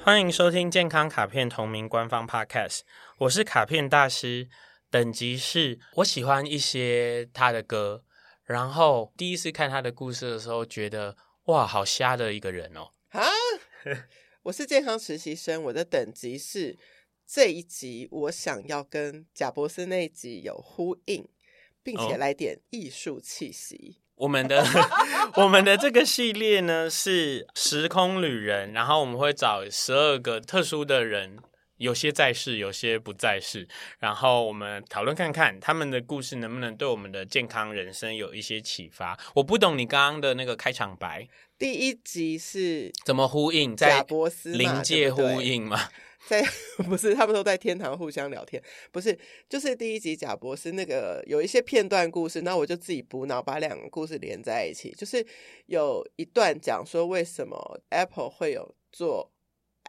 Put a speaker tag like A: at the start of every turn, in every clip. A: 欢迎收听健康卡片同名官方 Podcast，我是卡片大师，等级是我喜欢一些他的歌，然后第一次看他的故事的时候，觉得哇，好瞎的一个人哦。
B: 啊！我是健康实习生，我的等级是这一集，我想要跟贾博士那一集有呼应，并
A: 哦
B: 且来点艺术气息。
A: 我们的 我们的这个系列呢是时空旅人，然后我们会找十二个特殊的人，有些在世，有些不在世，然后我们讨论看看他们的故事能不能对我们的健康人生有一些启发。我不懂你刚刚的那个开场白
B: 第一集是
A: 怎么呼应，
B: 贾
A: 在
B: 博士嘛
A: 临界
B: 对不对
A: 呼应嘛？
B: 在 不是他们都在天堂互相聊天，不是就是第一集贾博士那个有一些片段故事，那我就自己补脑把两个故事连在一起，就是有一段讲说为什么 Apple 会有做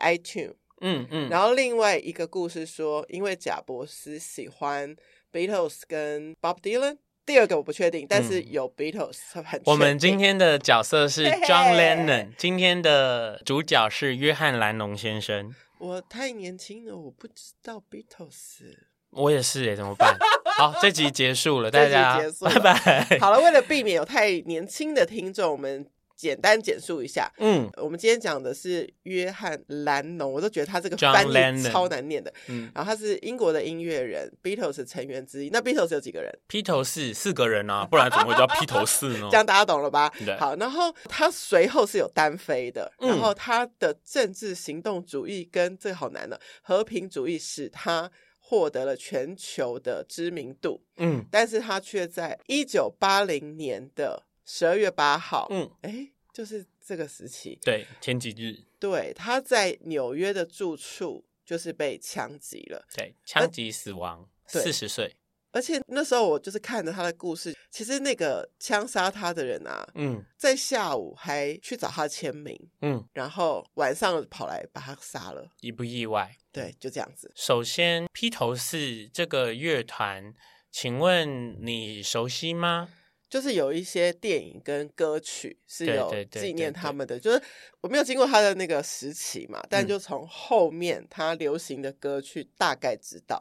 B: iTune，
A: 嗯嗯，
B: 然后另外一个故事说，因为贾伯斯喜欢 Beatles 跟 Bob Dylan。第二个我不确定，但是
A: 嗯
B: 有 Beatles 很确定。
A: 我们今天的角色是
B: 嘿嘿
A: John Lennon，今天的主角是约翰·兰农先生。
B: 我太年轻了，我不知道 Beatles。
A: 我也是耶，怎么 办？好，这集结束了，
B: 这
A: 大
B: 集
A: 家
B: 结束
A: 拜
B: 了
A: 拜。
B: 好了，为了避免有太年轻的听众，我们简单简述一下。
A: 嗯
B: 我们今天讲的是约翰兰农，我都觉得他这个
A: John
B: 翻
A: Lennon
B: 译超难念的。
A: 嗯，
B: 然后他是英国的音乐人，Beatles 成员之一。那 Beatles 有几个人？
A: 披头士四个人啊，不然怎么会叫披头士呢
B: 这？样大家懂了吧
A: 哦对？
B: 好，然后他随后是有单飞的，
A: 嗯
B: 然后他的政治行动主义跟这个好难的和平主义使他获得了全球的知名度，
A: 嗯
B: 但是他却在一九八零年的十二月八号，
A: 嗯，
B: 哎，就是这个时期，
A: 对，前几日
B: 对，他在纽约的住处就是被枪击了。
A: 对枪击死亡，
B: 对
A: 四十岁。
B: 而且那时候我就是看着他的故事，其实那个枪杀他的人啊，
A: 嗯
B: 在下午还去找他签名，
A: 嗯，
B: 然后晚上跑来把他杀了。
A: 意不意外？
B: 对，就这样子。
A: 首先，披头士这个乐团，请问你熟悉吗？
B: 就是有一些电影跟歌曲是
A: 对
B: 有
A: 对对
B: 纪
A: 对
B: 念
A: 对
B: 他们的，就是我没有经过他的那个时期嘛，但
A: 嗯
B: 就从后面他流行的歌去大概知道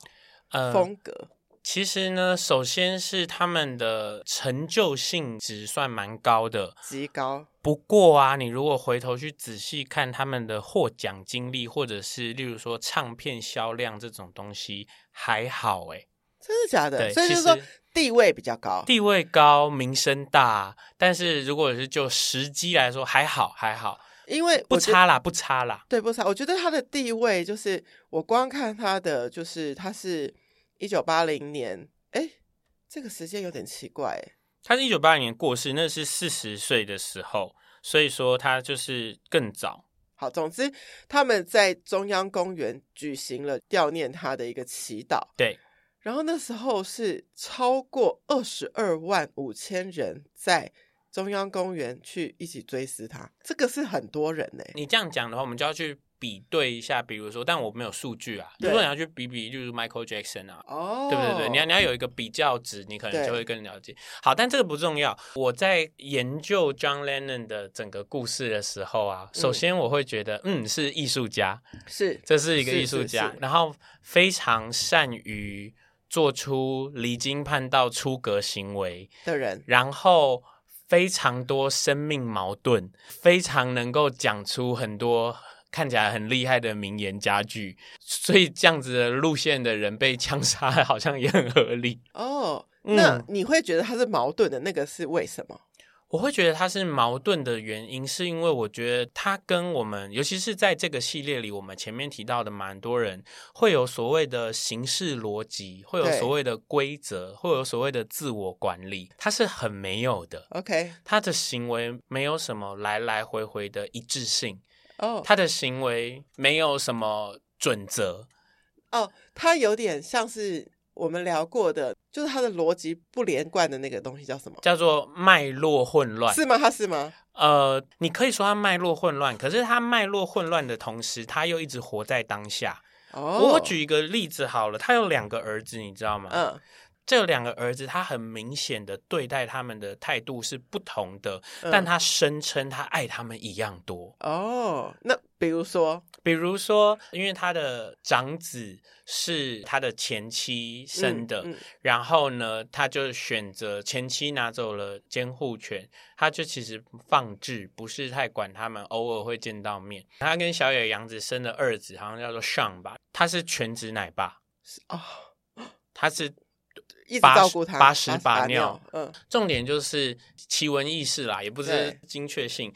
A: 呃，
B: 风格。
A: 其实呢，首先是他们的成就性值算蛮高的，
B: 极高，
A: 不过啊，你如果回头去仔细看他们的获奖经历，或者是例如说唱片销量这种东西，还好诶，
B: 真的假的？
A: 对
B: 所以
A: 其
B: 就是说
A: 实
B: 地位比较高，
A: 地位高，名声大，但是如果是就时机来说，还好还好，
B: 因为
A: 不
B: 我觉得
A: 差啦不差啦。
B: 对，不差。我觉得他的地位就是，我光看他的，就是他是一九八零年，哎，这个时间有点奇怪欸诶，
A: 他是一九八零年过世，那是四十岁的时候，所以说他就是更早。
B: 好，总之他们在中央公园举行了悼念他的一个祈祷，
A: 对，
B: 然后那时候是超过二十二万五千人在中央公园去一起追思他，这个是很多人呢、
A: 你这样讲的话，我们就要去比对一下，比如说，但我没有数据啊，如
B: 对
A: 果你要去比比，例如 Michael Jackson 啊，
B: 哦
A: 对不对对，你要你要有一个比较值，你可能
B: 对
A: 就会更了解。好，但这个不重要。我在研究 John Lennon 的整个故事的时候啊，首
B: 嗯
A: 先我会觉得，嗯，是艺术家，
B: 是
A: 这是一个
B: 是
A: 艺术
B: 是
A: 家，
B: 是
A: 然后非常善于做出离经叛道、出格行为，
B: 的人，
A: 然后。非常多生命矛盾，非常能够讲出很多看起来很厉害的名言佳句，所以这样子的路线的人被枪杀，好像也很合理。
B: 哦，
A: 嗯
B: 那你会觉得他是矛盾的那个是为什么？
A: 我会觉得它是矛盾的原因，是因为我觉得它跟我们，尤其是在这个系列里，我们前面提到的蛮多人会有所谓的形式逻辑，会有
B: 对
A: 所谓的规则，会有所谓的自我管理，它是很没有的。
B: OK，
A: 他的行为没有什么来来回回的一致性，
B: 哦，
A: 他的行为没有什么准则。
B: 哦，他有点像是我们聊过的，就是他的逻辑不连贯的那个东西叫什么？
A: 叫做脉络混乱，
B: 是吗？他是吗？
A: 呃，你可以说他脉络混乱，可是他脉络混乱的同时，他又一直活在当下，
B: 哦，
A: 我举一个例子好了，他有两个儿子，你知道吗？
B: 嗯
A: 这两个儿子，他很明显的对待他们的态度是不同的，
B: 嗯
A: 但他声称他爱他们一样多。
B: 哦，那比如说，
A: 比如说，因为他的长子是他的前妻生的，
B: 嗯嗯
A: 然后呢，他就选择前妻拿走了监护权，他就其实放置，不是太管他们，偶尔会见到面。他跟小野洋子生的二子好像叫做上吧，他是全职奶爸，
B: 哦，
A: 他是
B: 一直
A: 八
B: 照
A: 十
B: 顾他，
A: 八十把
B: 把
A: 尿，
B: 嗯，
A: 重点就是奇闻异事啦，也不是
B: 对
A: 精确性。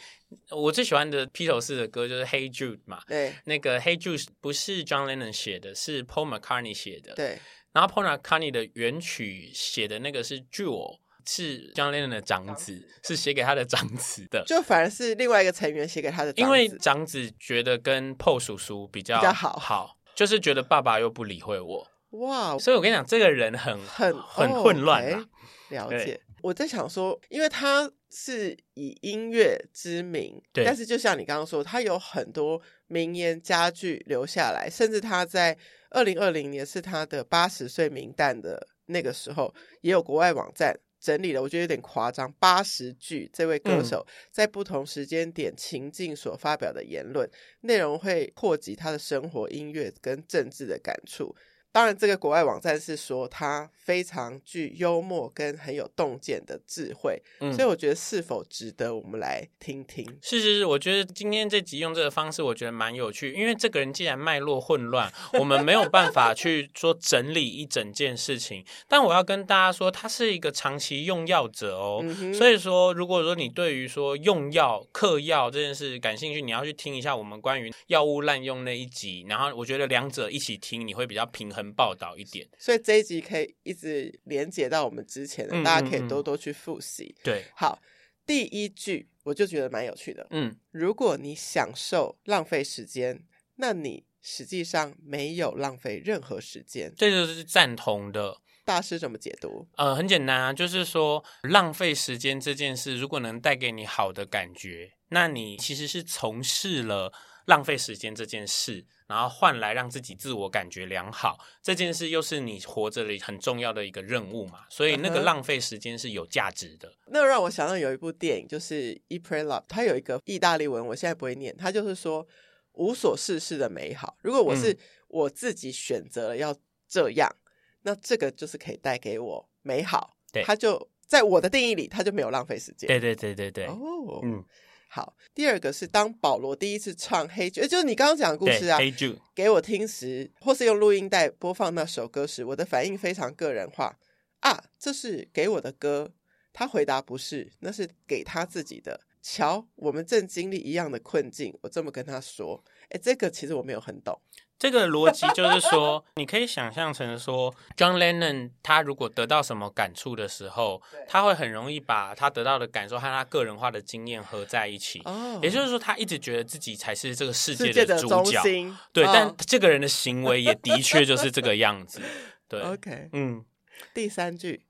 A: 我最喜欢的披头士的歌就是《Hey Jude》嘛，
B: 对
A: 那个《Hey Jude》不是 John Lennon 写的，是 Paul McCartney 写的。，
B: 对，
A: 然后 Paul McCartney 的原曲写的那个是 Jewel，是 John Lennon 的长
B: 长
A: 子，是写给他的长子的。
B: 就反而是另外一个成员写给他的长
A: 因
B: 子，
A: 为长子觉得跟 Paul 叔叔比较
B: 比较好
A: 好就是觉得爸爸又不理会我，
B: 哇，
A: 所以我跟你讲，这个人很
B: 很
A: 很混乱啊啦。
B: 哦，OK，了
A: 对
B: 解。我在想说，因为他是以音乐知名，
A: 对
B: 但是就像你刚刚说，他有很多名言佳句留下来，甚至他在二零二零年是他的八十岁名单的那个时候，也有国外网站。整理了，我觉得有点夸张。八十句这位歌
A: 嗯
B: 手在不同时间点情境所发表的言论，内容会扩及他的生活、音乐跟政治的感触。当然，这个国外网站是说他非常具幽默跟很有洞见的智慧，
A: 嗯
B: 所以我觉得是否值得我们来听听？
A: 是是是，我觉得今天这集用这个方式，我觉得蛮有趣，因为这个人既然脉络混乱，我们没有办法去说整理一整件事情。但我要跟大家说，他是一个长期用药者哦，
B: 嗯哼
A: 所以说，如果说你对于说用药、嗑药这件事感兴趣，你要去听一下我们关于药物滥用那一集，然后我觉得两者一起听，你会比较平衡报道一点。
B: 所以这一集可以一直连接到我们之前的，
A: 嗯
B: 大家可以
A: 嗯嗯
B: 多多去复习。
A: 对，
B: 好，第一句我就觉得蛮有趣的。
A: 嗯，
B: 如果你享受浪费时间，那你实际上没有浪费任何时间。
A: 这就是赞同的。
B: 大师怎么解读？
A: 呃，很简单啊，就是说浪费时间这件事，如果能带给你好的感觉，那你其实是从事了浪费时间这件事，然后换来让自己自我感觉良好，这件事又是你活着里很重要的一个任务嘛，所以那
B: 嗯
A: 个
B: 哼
A: 浪费时间是有价值的。
B: 那让我想到有一部电影，就是《E Pray Love》，它有一个意大利文，我现在不会念，它就是说无所事事的美好。如果我
A: 嗯
B: 是我自己选择了要这样，那这个就是可以带给我美好。
A: 对
B: 它就在我的定义里，它就没有浪费时间。
A: 对对对对对，
B: 哦，
A: 嗯，
B: 好。第二个是当保罗第一次唱黑剧，呃就是你刚刚讲的故
A: 对
B: 事啊，
A: ，Hey Jude，
B: 给我听时，或是用录音带播放那首歌时，我的反应非常个人化啊，这是给我的歌。他回答不是，那是给他自己的。瞧，我们正经历一样的困境，我这么跟他说。哎，这个其实我没有很懂。
A: 这个逻辑就是说，你可以想象成说，John Lennon 他如果得到什么感触的时候
B: 对，
A: 他会很容易把他得到的感受和他个人化的经验合在一起。
B: 哦
A: 也就是说，他一直觉得自己才是这个世
B: 世
A: 界
B: 界
A: 的
B: 的
A: 主
B: 中
A: 角，
B: 心，
A: 对。但
B: 哦
A: 这个人的行为也的确就是这个样 子，对，
B: OK，
A: 嗯，
B: 第三句，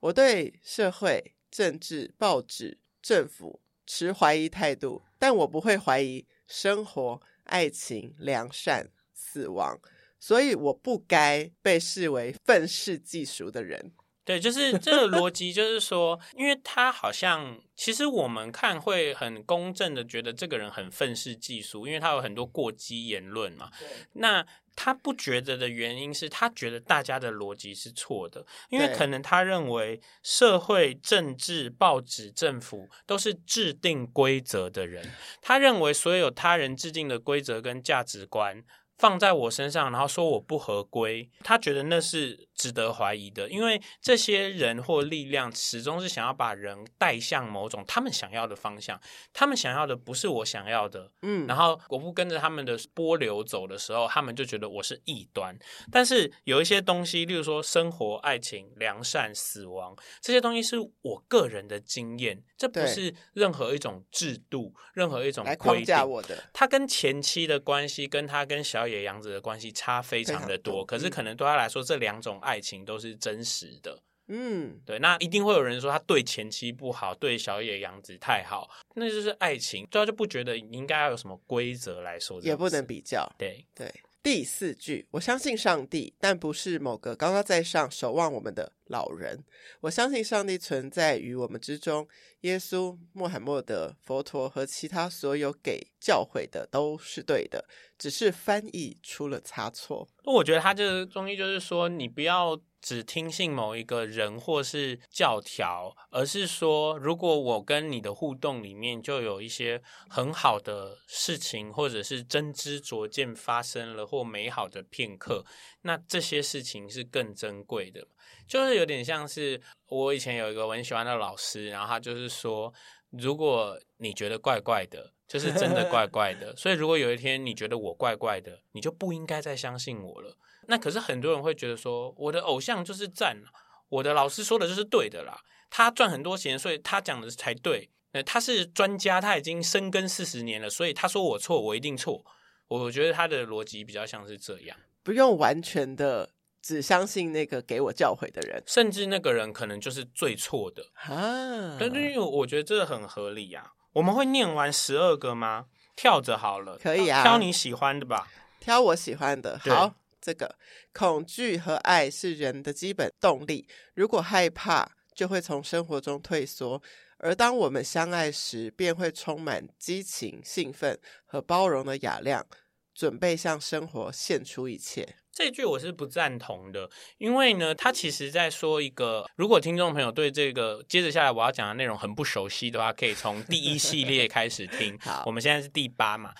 B: 我对社会、政治、报纸、政府持怀疑态度，但我不会怀疑生活、爱情、良善、死亡，所以我不该被视为愤世嫉俗的人。
A: 对，就是这个逻辑，就是说，因为他好像，其实我们看会很公正的觉得这个人很愤世嫉俗，因为他有很多过激言论嘛。那他不觉得的原因是他觉得大家的逻辑是错的，因为
B: 对
A: 可能他认为社会、政治、报纸、政府都是制定规则的人，他认为所有他人制定的规则跟价值观。放在我身上，然后说我不合规，他觉得那是值得怀疑的，因为这些人或力量始终是想要把人带向某种他们想要的方向，他们想要的不是我想要的，
B: 嗯，
A: 然后我不跟着他们的波流走的时候，他们就觉得我是异端。但是有一些东西，例如说生活、爱情、良善、死亡这些东西，是我个人的经验，这不
B: 对
A: 是任何一种制度、任何一种
B: 来
A: 规
B: 框架
A: 定。
B: 我的，
A: 他跟前妻的关系，跟他跟小野洋子的关系差非常的多，
B: 非常多
A: 可是可能对他来说，这两种爱情都是真实的。
B: 嗯，
A: 对，那一定会有人说他对前妻不好，对小野洋子太好，啊那就是爱情，对他就不觉得你应该要有什么规则来说这件事，
B: 也不能比较。
A: 对。
B: 对，第四句，我相信上帝，但不是某个高高在上守望我们的老人。我相信上帝存在于我们之中。耶稣、穆罕默德、佛陀和其他所有给教诲的都是对的，只是翻译出了差错。
A: 我觉得他这个中医就是说，你不要只听信某一个人或是教条，而是说，如果我跟你的互动里面就有一些很好的事情，或者是真知灼见发生了，或美好的片刻，那这些事情是更珍贵的。就是有点像是我以前有一个我很喜欢的老师，然后他就是说，如果你觉得怪怪的，就是真的怪怪的。所以如果有一天你觉得我怪怪的，你就不应该再相信我了。那可是很多人会觉得说，我的偶像就是赞啊，我的老师说的就是对的啦，他赚很多钱，所以他讲的才对。呃，他是专家，他已经深耕四十年了，所以他说我错，我一定错。我觉得他的逻辑比较像是这样，
B: 不用完全的只相信那个给我教诲的人
A: 甚至那个人可能就是最错的。
B: 啊。
A: 但是因为我觉得这很合理呀、我们会念完十二个吗？跳着好了，
B: 可以啊
A: 挑你喜欢的吧。
B: 挑我喜欢的。
A: 对
B: 好，这个恐惧和爱是人的基本动力。如果害怕，就会从生活中退缩；而当我们相爱时，便会充满激情、兴奋和包容的雅量，准备向生活献出一切。。
A: 这句我是不赞同的，因为呢，他其实在说一个，如果听众朋友对这个接着下来我要讲的内容很不熟悉的话，可以从第一系列开始听
B: 好
A: 我们现在是第八嘛，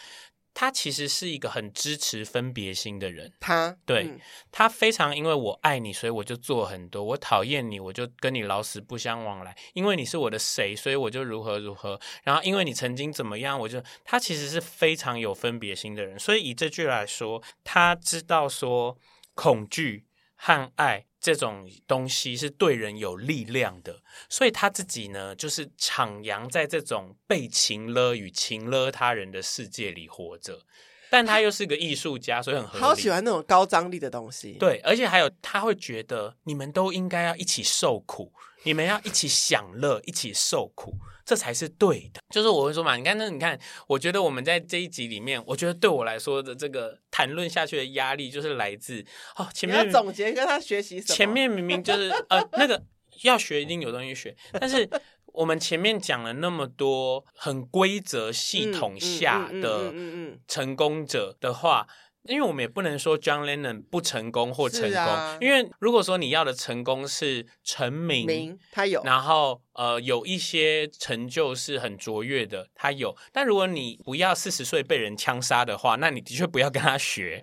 A: 他其实是一个很支持分别心的人。
B: 他
A: 对
B: 嗯
A: 他非常因为我爱你，所以我就做很多；我讨厌你，我就跟你老死不相往来。因为你是我的谁，所以我就如何如何。然后因为你曾经怎么样，我就他其实是非常有分别心的人。所以以这句来说，他知道说恐惧和爱这种东西是对人有力量的，所以他自己呢，就是徜徉在这种被情勒与情勒他人的世界里活着。但他又是个艺术家，所以很合理。
B: 好喜欢那种高张力的东西。，
A: 对，而且还有他会觉得你们都应该要一起受苦，你们要一起享乐，一起受苦，这才是对的。就是我会说嘛，你看那你看，我觉得我们在这一集里面，我觉得对我来说的这个谈论下去的压力，就是来自哦前
B: 你要
A: 面
B: 总结跟他学 习什么？
A: 前面明明就是 呃那个要学一定有东西学，但是我们前面讲了那么多很规则系统下
B: 嗯嗯嗯
A: 的
B: 嗯嗯嗯
A: 成功者的话。因为我们也不能说 John Lennon 不成功或成
B: 是
A: 功，
B: 啊
A: 因为如果说你要的成功是成名，
B: 明他有
A: 然后呃有一些成就是很卓越的，他有。但如果你不要四十岁被人枪杀的话，那你的确不要跟他 学。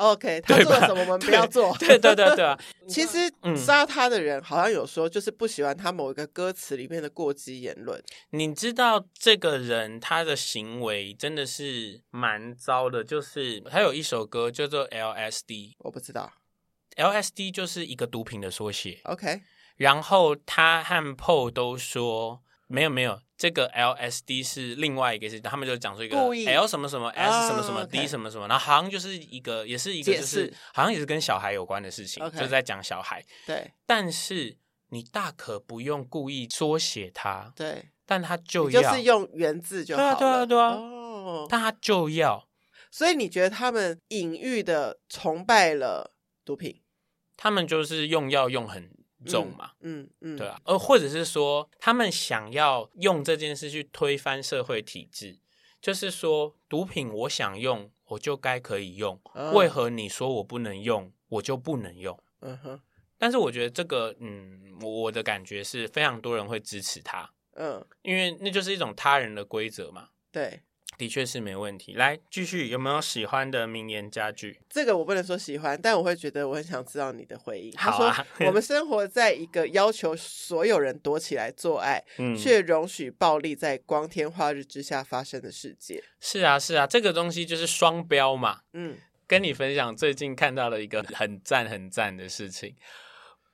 B: OK，他
A: 对
B: 做了
A: 吧
B: 什么我们不要做。
A: 对对对对啊，
B: 其实
A: 嗯
B: 杀他的人好像有说，就是不喜欢他某一个歌词里面的过激言论。
A: 你知道这个人他的行为真的是蛮糟的，就是他有一首歌叫做 LSD，LSD
B: 我不知道。
A: 就是一个毒品的缩写。
B: OK，
A: 然后他和 Paul 都说没有没有，这个 LSD 是另外一个是，他们就讲出一个
B: 故意
A: L 什么什么 S 什么什么
B: 啊
A: D
B: OK
A: 什么什么，然后好像就是一个也是一个
B: 解
A: 就
B: 释
A: 是好像也是跟小孩有关的事情，
B: OK
A: 就是在讲小孩，
B: 对
A: 但是你大可不用故意缩写它，
B: 对，
A: 但他就
B: 你就
A: 要，
B: 是用原字就好
A: 对啊
B: 了。
A: 对啊对啊
B: 哦，
A: 但他就要。
B: 所以你觉得他们隐喻的崇拜了毒品？
A: 他们就是用药用很重嘛，
B: 嗯嗯，
A: 对啊，呃，或者是说他们想要用这件事去推翻社会体制，就是说毒品我想用我就该可以用，
B: 嗯
A: 为何你说我不能用我就不能用？
B: 嗯哼，
A: 但是我觉得这个，嗯，我我的感觉是非常多人会支持他，
B: 嗯，
A: 因为那就是一种他人的规则嘛，
B: 对，
A: 的确是没问题。来，继续有没有喜欢的名言佳句？
B: 这个我不能说喜欢，但我会觉得我很想知道你的回应。他
A: 好啊
B: 说，我们生活在一个要求所有人躲起来做爱，
A: 嗯，
B: 却容许暴力在光天化日之下发生的世界。
A: 是啊，是啊，这个东西就是双标嘛，
B: 嗯，
A: 跟你分享最近看到了一个很赞很赞的事情。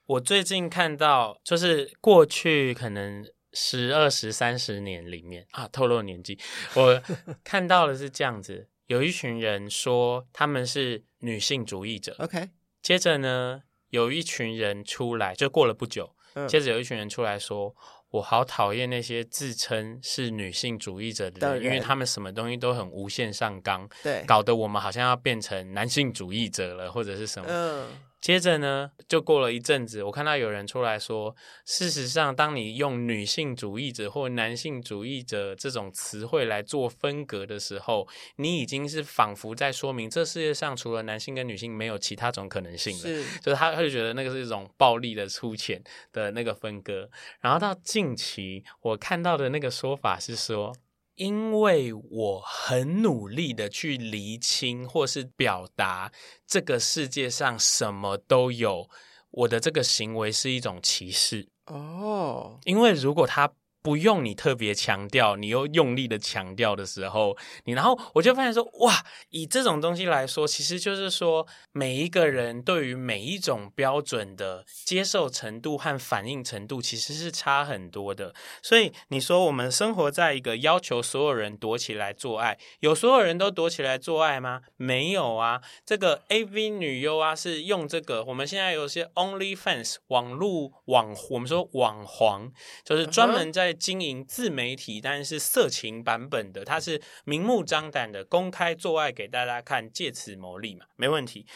A: 我最近看到，就是过去可能十、二十、三十年里面啊，透露年纪，我看到的是这样子：有一群人说他们是女性主义者，
B: OK，
A: 接着呢，有一群人出来，就过了不久，
B: 嗯
A: 接着有一群人出来说：“我好讨厌那些自称是女性主义者的
B: 的
A: 人，因为
B: 人
A: 他们什么东西都很无限上纲，
B: 对，
A: 搞得我们好像要变成男性主义者了，或者是什么。
B: 嗯，
A: 接着呢，就过了一阵子，我看到有人出来说，事实上，当你用女性主义者或男性主义者这种词汇来做分隔的时候，你已经是仿佛在说明这世界上除了男性跟女性没有其他种可能性了。
B: 是，
A: 就是他会觉得那个是一种暴力的粗浅的那个分割。然后到近期，我看到的那个说法是说。因为我很努力的去厘清或是表达这个世界上什么都有，我的这个行为是一种歧视。
B: 哦，
A: 因为如果他不用你特别强调，你又用力的强调的时候，你然后我就发现说，哇，以这种东西来说，其实就是说每一个人对于每一种标准的接受程度和反应程度其实是差很多的。所以你说我们生活在一个要求所有人躲起来做爱，有所有人都躲起来做爱吗？没有啊。这个 AV 女优啊，是用这个。我们现在有些 OnlyFans 网络网，我们说网黄，就是专门在经营自媒体，但是色情版本的，它是明目张胆的公开做爱给大家看，借此牟利嘛，没问题。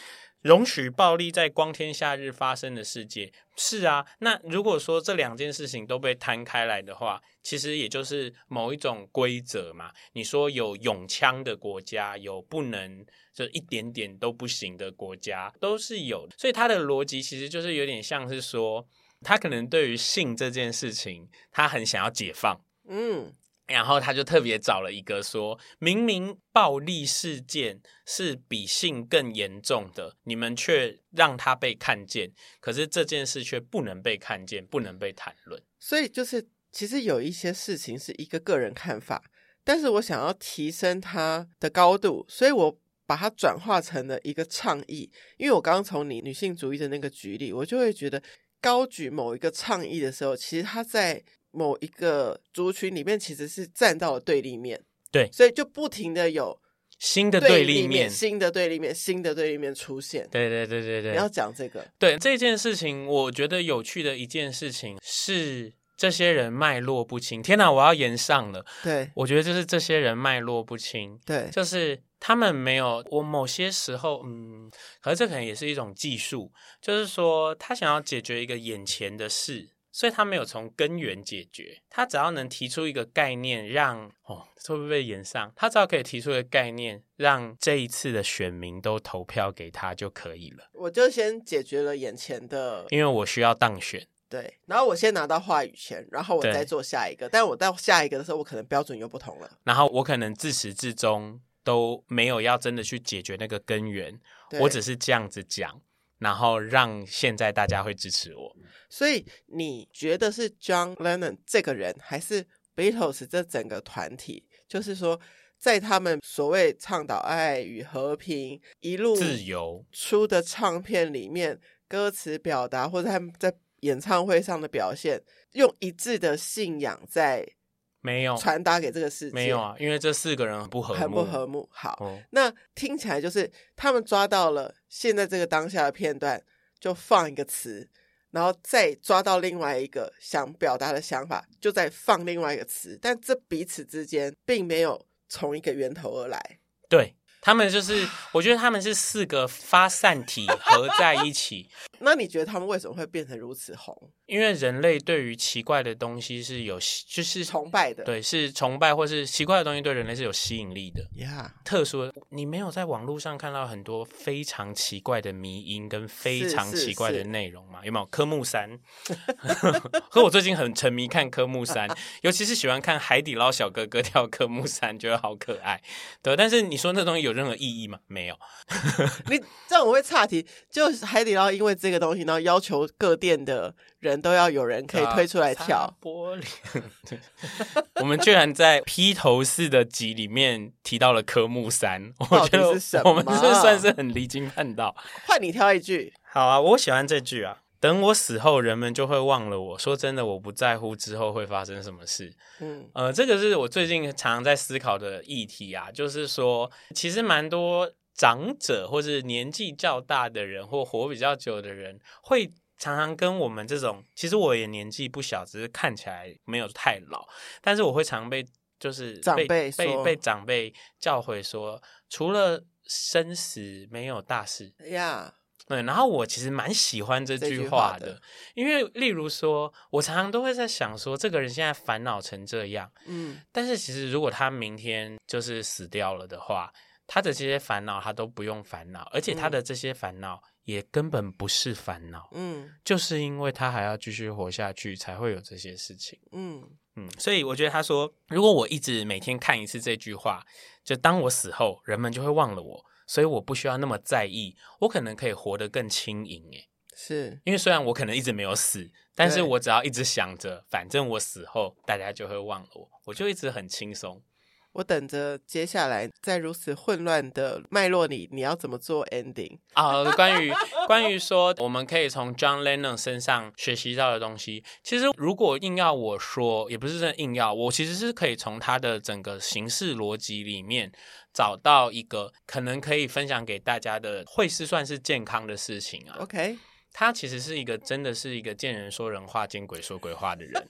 A: 容许暴力在光天化日发生的世界，是啊。那如果说这两件事情都被摊开来的话，其实也就是某一种规则嘛。你说有永枪的国家，有不能就一点点都不行的国家，都是有的。所以它的逻辑其实就是有点像是说，他可能对于性这件事情，他很想要解放。
B: 嗯，
A: 然后他就特别找了一个说，明明暴力事件是比性更严重的，你们却让它被看见，可是这件事却不能被看见，不能被谈论。
B: 所以就是其实有一些事情是一个个人看法，但是我想要提升它的高度，所以我把它转化成了一个倡议。因为我刚刚从你女性主义的那个举例，我就会觉得高举某一个倡议的时候，其实它在某一个族群里面其实是站到了对立面，
A: 对
B: 所以就不停的有
A: 新的对立
B: 立
A: 面，
B: 新的对立面、新的对立面出现。
A: 对对对对对，
B: 你要讲这个，
A: 对这件事情，我觉得有趣的一件事情是，这些人脉络不清。天哪，我要延上了。
B: 对
A: 我觉得就是这些人脉络不清，
B: 对，
A: 就是他们没有，我某些时候，嗯，可是这可能也是一种技术，就是说他想要解决一个眼前的事，所以他没有从根源解决。他只要能提出一个概念让，哦，会不会被延上？他只要可以提出一个概念，让这一次的选民都投票给他就可以了，
B: 我就先解决了眼前的
A: 因为我需要当选。
B: 对，然后我先拿到话语权，然后我
A: 对
B: 再做下一个。但我到下一个的时候，我可能标准又不同了。
A: 然后我可能自始至终都没有要真的去解决那个根源，
B: 对
A: 我只是这样子讲，然后让现在大家会支持我。
B: 所以你觉得是 John Lennon 这个人，还是 Beatles 这整个团体？就是说，在他们所谓倡导爱与和平一路
A: 自由，
B: 出的唱片里面，歌词表达或者他们在演唱会上的表现，用一致的信仰在
A: 没有
B: 传达给这个世界，
A: 哦没有啊，因为这四个人很不和睦，
B: 很不和睦。好，
A: 哦。
B: 那听起来就是他们抓到了现在这个当下的片段，就放一个词，然后再抓到另外一个想表达的想法，就再放另外一个词，但这彼此之间并没有从一个源头而来。
A: 对他们就是，我觉得他们是四个发散体合在一起。
B: 那你觉得他们为什么会变成如此红、
A: 因为人类对于奇怪的东西是有，就是
B: 崇拜的？
A: 对是崇拜或是奇怪的东西对人类是有吸引力的。
B: 呀
A: 特殊的，你没有在网络上看到很多非常奇怪的迷音跟非常奇怪的内容吗？有没有科目 三？可我最近很沉迷看科目三， 尤其是喜欢看海底捞小哥哥跳科目三，觉得好可爱。对，但是你说那东西有任何意义吗？没有。
B: 你这样我会岔题。就海底捞因为这个东西，然后要求各店的人都要有人可以
A: 啊
B: 推出来跳
A: 擦。玻璃。我们居然在披头士的集里面提到了科目三，我
B: 到
A: 觉得
B: 底是什么
A: 我们这算是很离经叛道。
B: 换你挑一句，
A: 好啊，我喜欢这句啊。等我死后，人们就会忘了我。说真的，我不在乎之后会发生什么事。
B: 嗯，
A: 呃，这个是我最近常常在思考的议题啊，就是说，其实蛮多长者或是年纪较大的人，或活比较久的人，会常常跟我们这种，其实我也年纪不小，只是看起来没有太老，但是我会常被就是
B: 长
A: 被
B: 辈
A: 被
B: 说
A: 被长辈教诲说，除了生死没有大事。
B: 呀，
A: 对，然后我其实蛮喜欢这
B: 这
A: 句
B: 句
A: 话
B: 话
A: 的，
B: 的
A: 因为例如说，我常常都会在想说，这个人现在烦恼成这样，
B: 嗯，
A: 但是其实如果他明天就是死掉了的话，他的这些烦恼他都不用烦恼，而且他
B: 嗯
A: 的这些烦恼也根本不是烦恼，
B: 嗯
A: 就是因为他还要继续活下去，才会有这些事情。
B: 嗯
A: 嗯，所以我觉得他说，如果我一直每天看一次这句话，就当我死后，人们就会忘了我，所以我不需要那么在意，我可能可以活得更轻盈。诶，
B: 是
A: 因为虽然我可能一直没有死，但是
B: 对
A: 我只要一直想着，反正我死后大家就会忘了我，我就一直很轻松。
B: 我等着接下来在如此混乱的脉络里，你要怎么做 ending？
A: 啊、关于关于说，我们可以从 John Lennon 身上学习到的东西，其实如果硬要我说，也不是真的硬要，我其实是可以从他的整个形式逻辑里面找到一个可能可以分享给大家的，会是算是健康的事情啊。
B: OK，
A: 他其实是一个真的是一个见人说人话、见鬼说鬼话的人。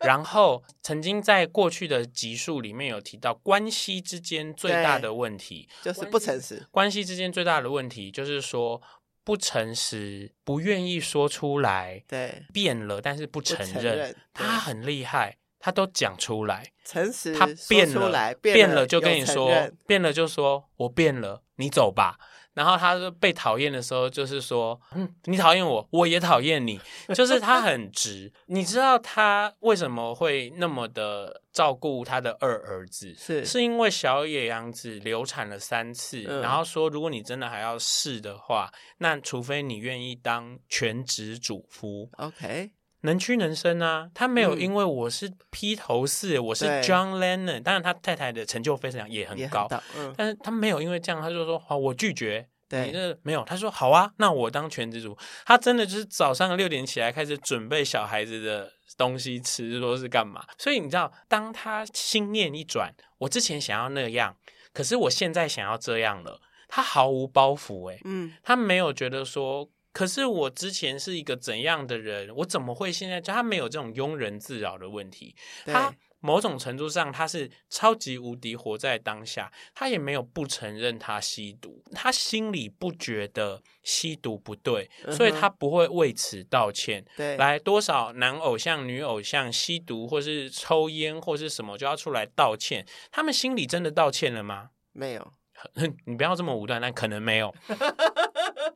A: 然后曾经在过去的集数里面有提到，关系之间最大
B: 对
A: 的问题
B: 就是不诚实。
A: 关系之间最大的问题就是说不诚实，不愿意说出来，
B: 对，
A: 变了但是不承认。
B: 不承认对
A: 他很厉害，他都讲出来，
B: 诚实
A: 他
B: 说
A: 变
B: 出
A: 了，
B: 来，
A: 变
B: 变
A: 就跟你
B: 有承
A: 说
B: 认，
A: 变了就说我变了，你走吧。然后他说被讨厌的时候，就是说，嗯，你讨厌我，我也讨厌你，就是他很直。你知道他为什么会那么的照顾他的二儿子？
B: 是
A: 是因为小野洋子流产了三次，
B: 嗯
A: 然后说如果你真的还要试的话，那除非你愿意当全职主夫，
B: OK，
A: 能屈能伸啊。他没有
B: 嗯
A: 因为我是披头士，我是
B: 对
A: John Lennon，当然他太太的成就非常也很
B: 也
A: 高，
B: 很到，嗯，
A: 但是他没有因为这样，他就说好我拒绝。你
B: 对，
A: 这没有，他说好啊，那我当全职主。他真的就是早上六点起来开始准备小孩子的东西吃，说是干嘛。所以你知道，当他心念一转，我之前想要那样，可是我现在想要这样了，他毫无包袱、欸，
B: 嗯，
A: 他没有觉得说，可是我之前是一个怎样的人，我怎么会现在就他没有这种庸人自扰的问题，
B: 对，
A: 他某种程度上他是超级无敌活在当下，他也没有不承认他吸毒，他心里不觉得吸毒不对，
B: 嗯哼
A: 所以他不会为此道歉。
B: 对，
A: 来，多少男偶像、女偶像吸毒或是抽烟或是什么就要出来道歉，他们心里真的道歉了吗？
B: 没有，
A: 你不要这么武断，但可能没有。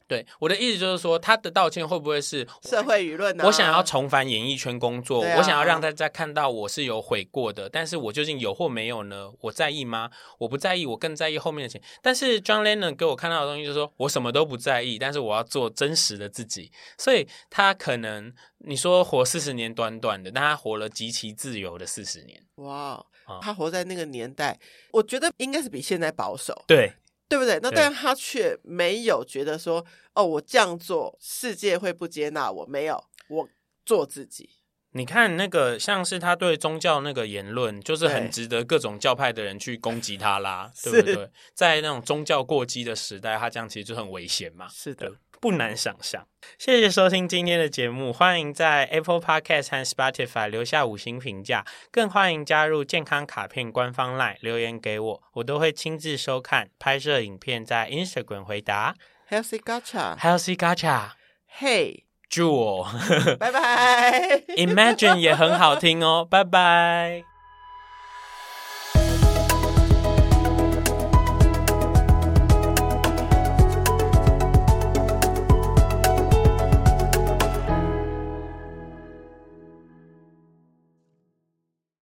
A: 对，我的意思就是说，他的道歉会不会是
B: 社会舆论啊，
A: 我想要重返演艺圈工作，
B: 对啊
A: 我想要让大家看到我是有悔过的，但是我究竟有或没有呢？我在意吗？我不在意，我更在意后面的钱。但是 John Lennon 给我看到的东西就是说我什么都不在意，但是我要做真实的自己。所以他可能你说活四十年短短的，但他活了极其自由的四十年。
B: 哇哦
A: 啊，
B: 他活在那个年代，我觉得应该是比现在保守，
A: 对，
B: 对不对？那
A: 对
B: 但他却没有觉得说，哦，我这样做世界会不接纳我，没有，我做自己。
A: 你看那个，像是他对宗教那个言论，就是很
B: 对
A: 值得各种教派的人去攻击他啦，对不
B: 是
A: 对？在那种宗教过激的时代，他这样其实就很危险嘛。
B: 是
A: 的，不难想象。谢谢收听今天的节目，欢迎在 Apple Podcast 和 Spotify 留下五星评价，更欢迎加入健康卡片官方 LINE 留言给我，我都会亲自收看，拍摄影片在 Instagram 回答。
B: Healthy Gacha，
A: 还有 C Gacha
B: 嘿，
A: Jewel
B: 拜拜。
A: Imagine 也很好听哦，拜拜。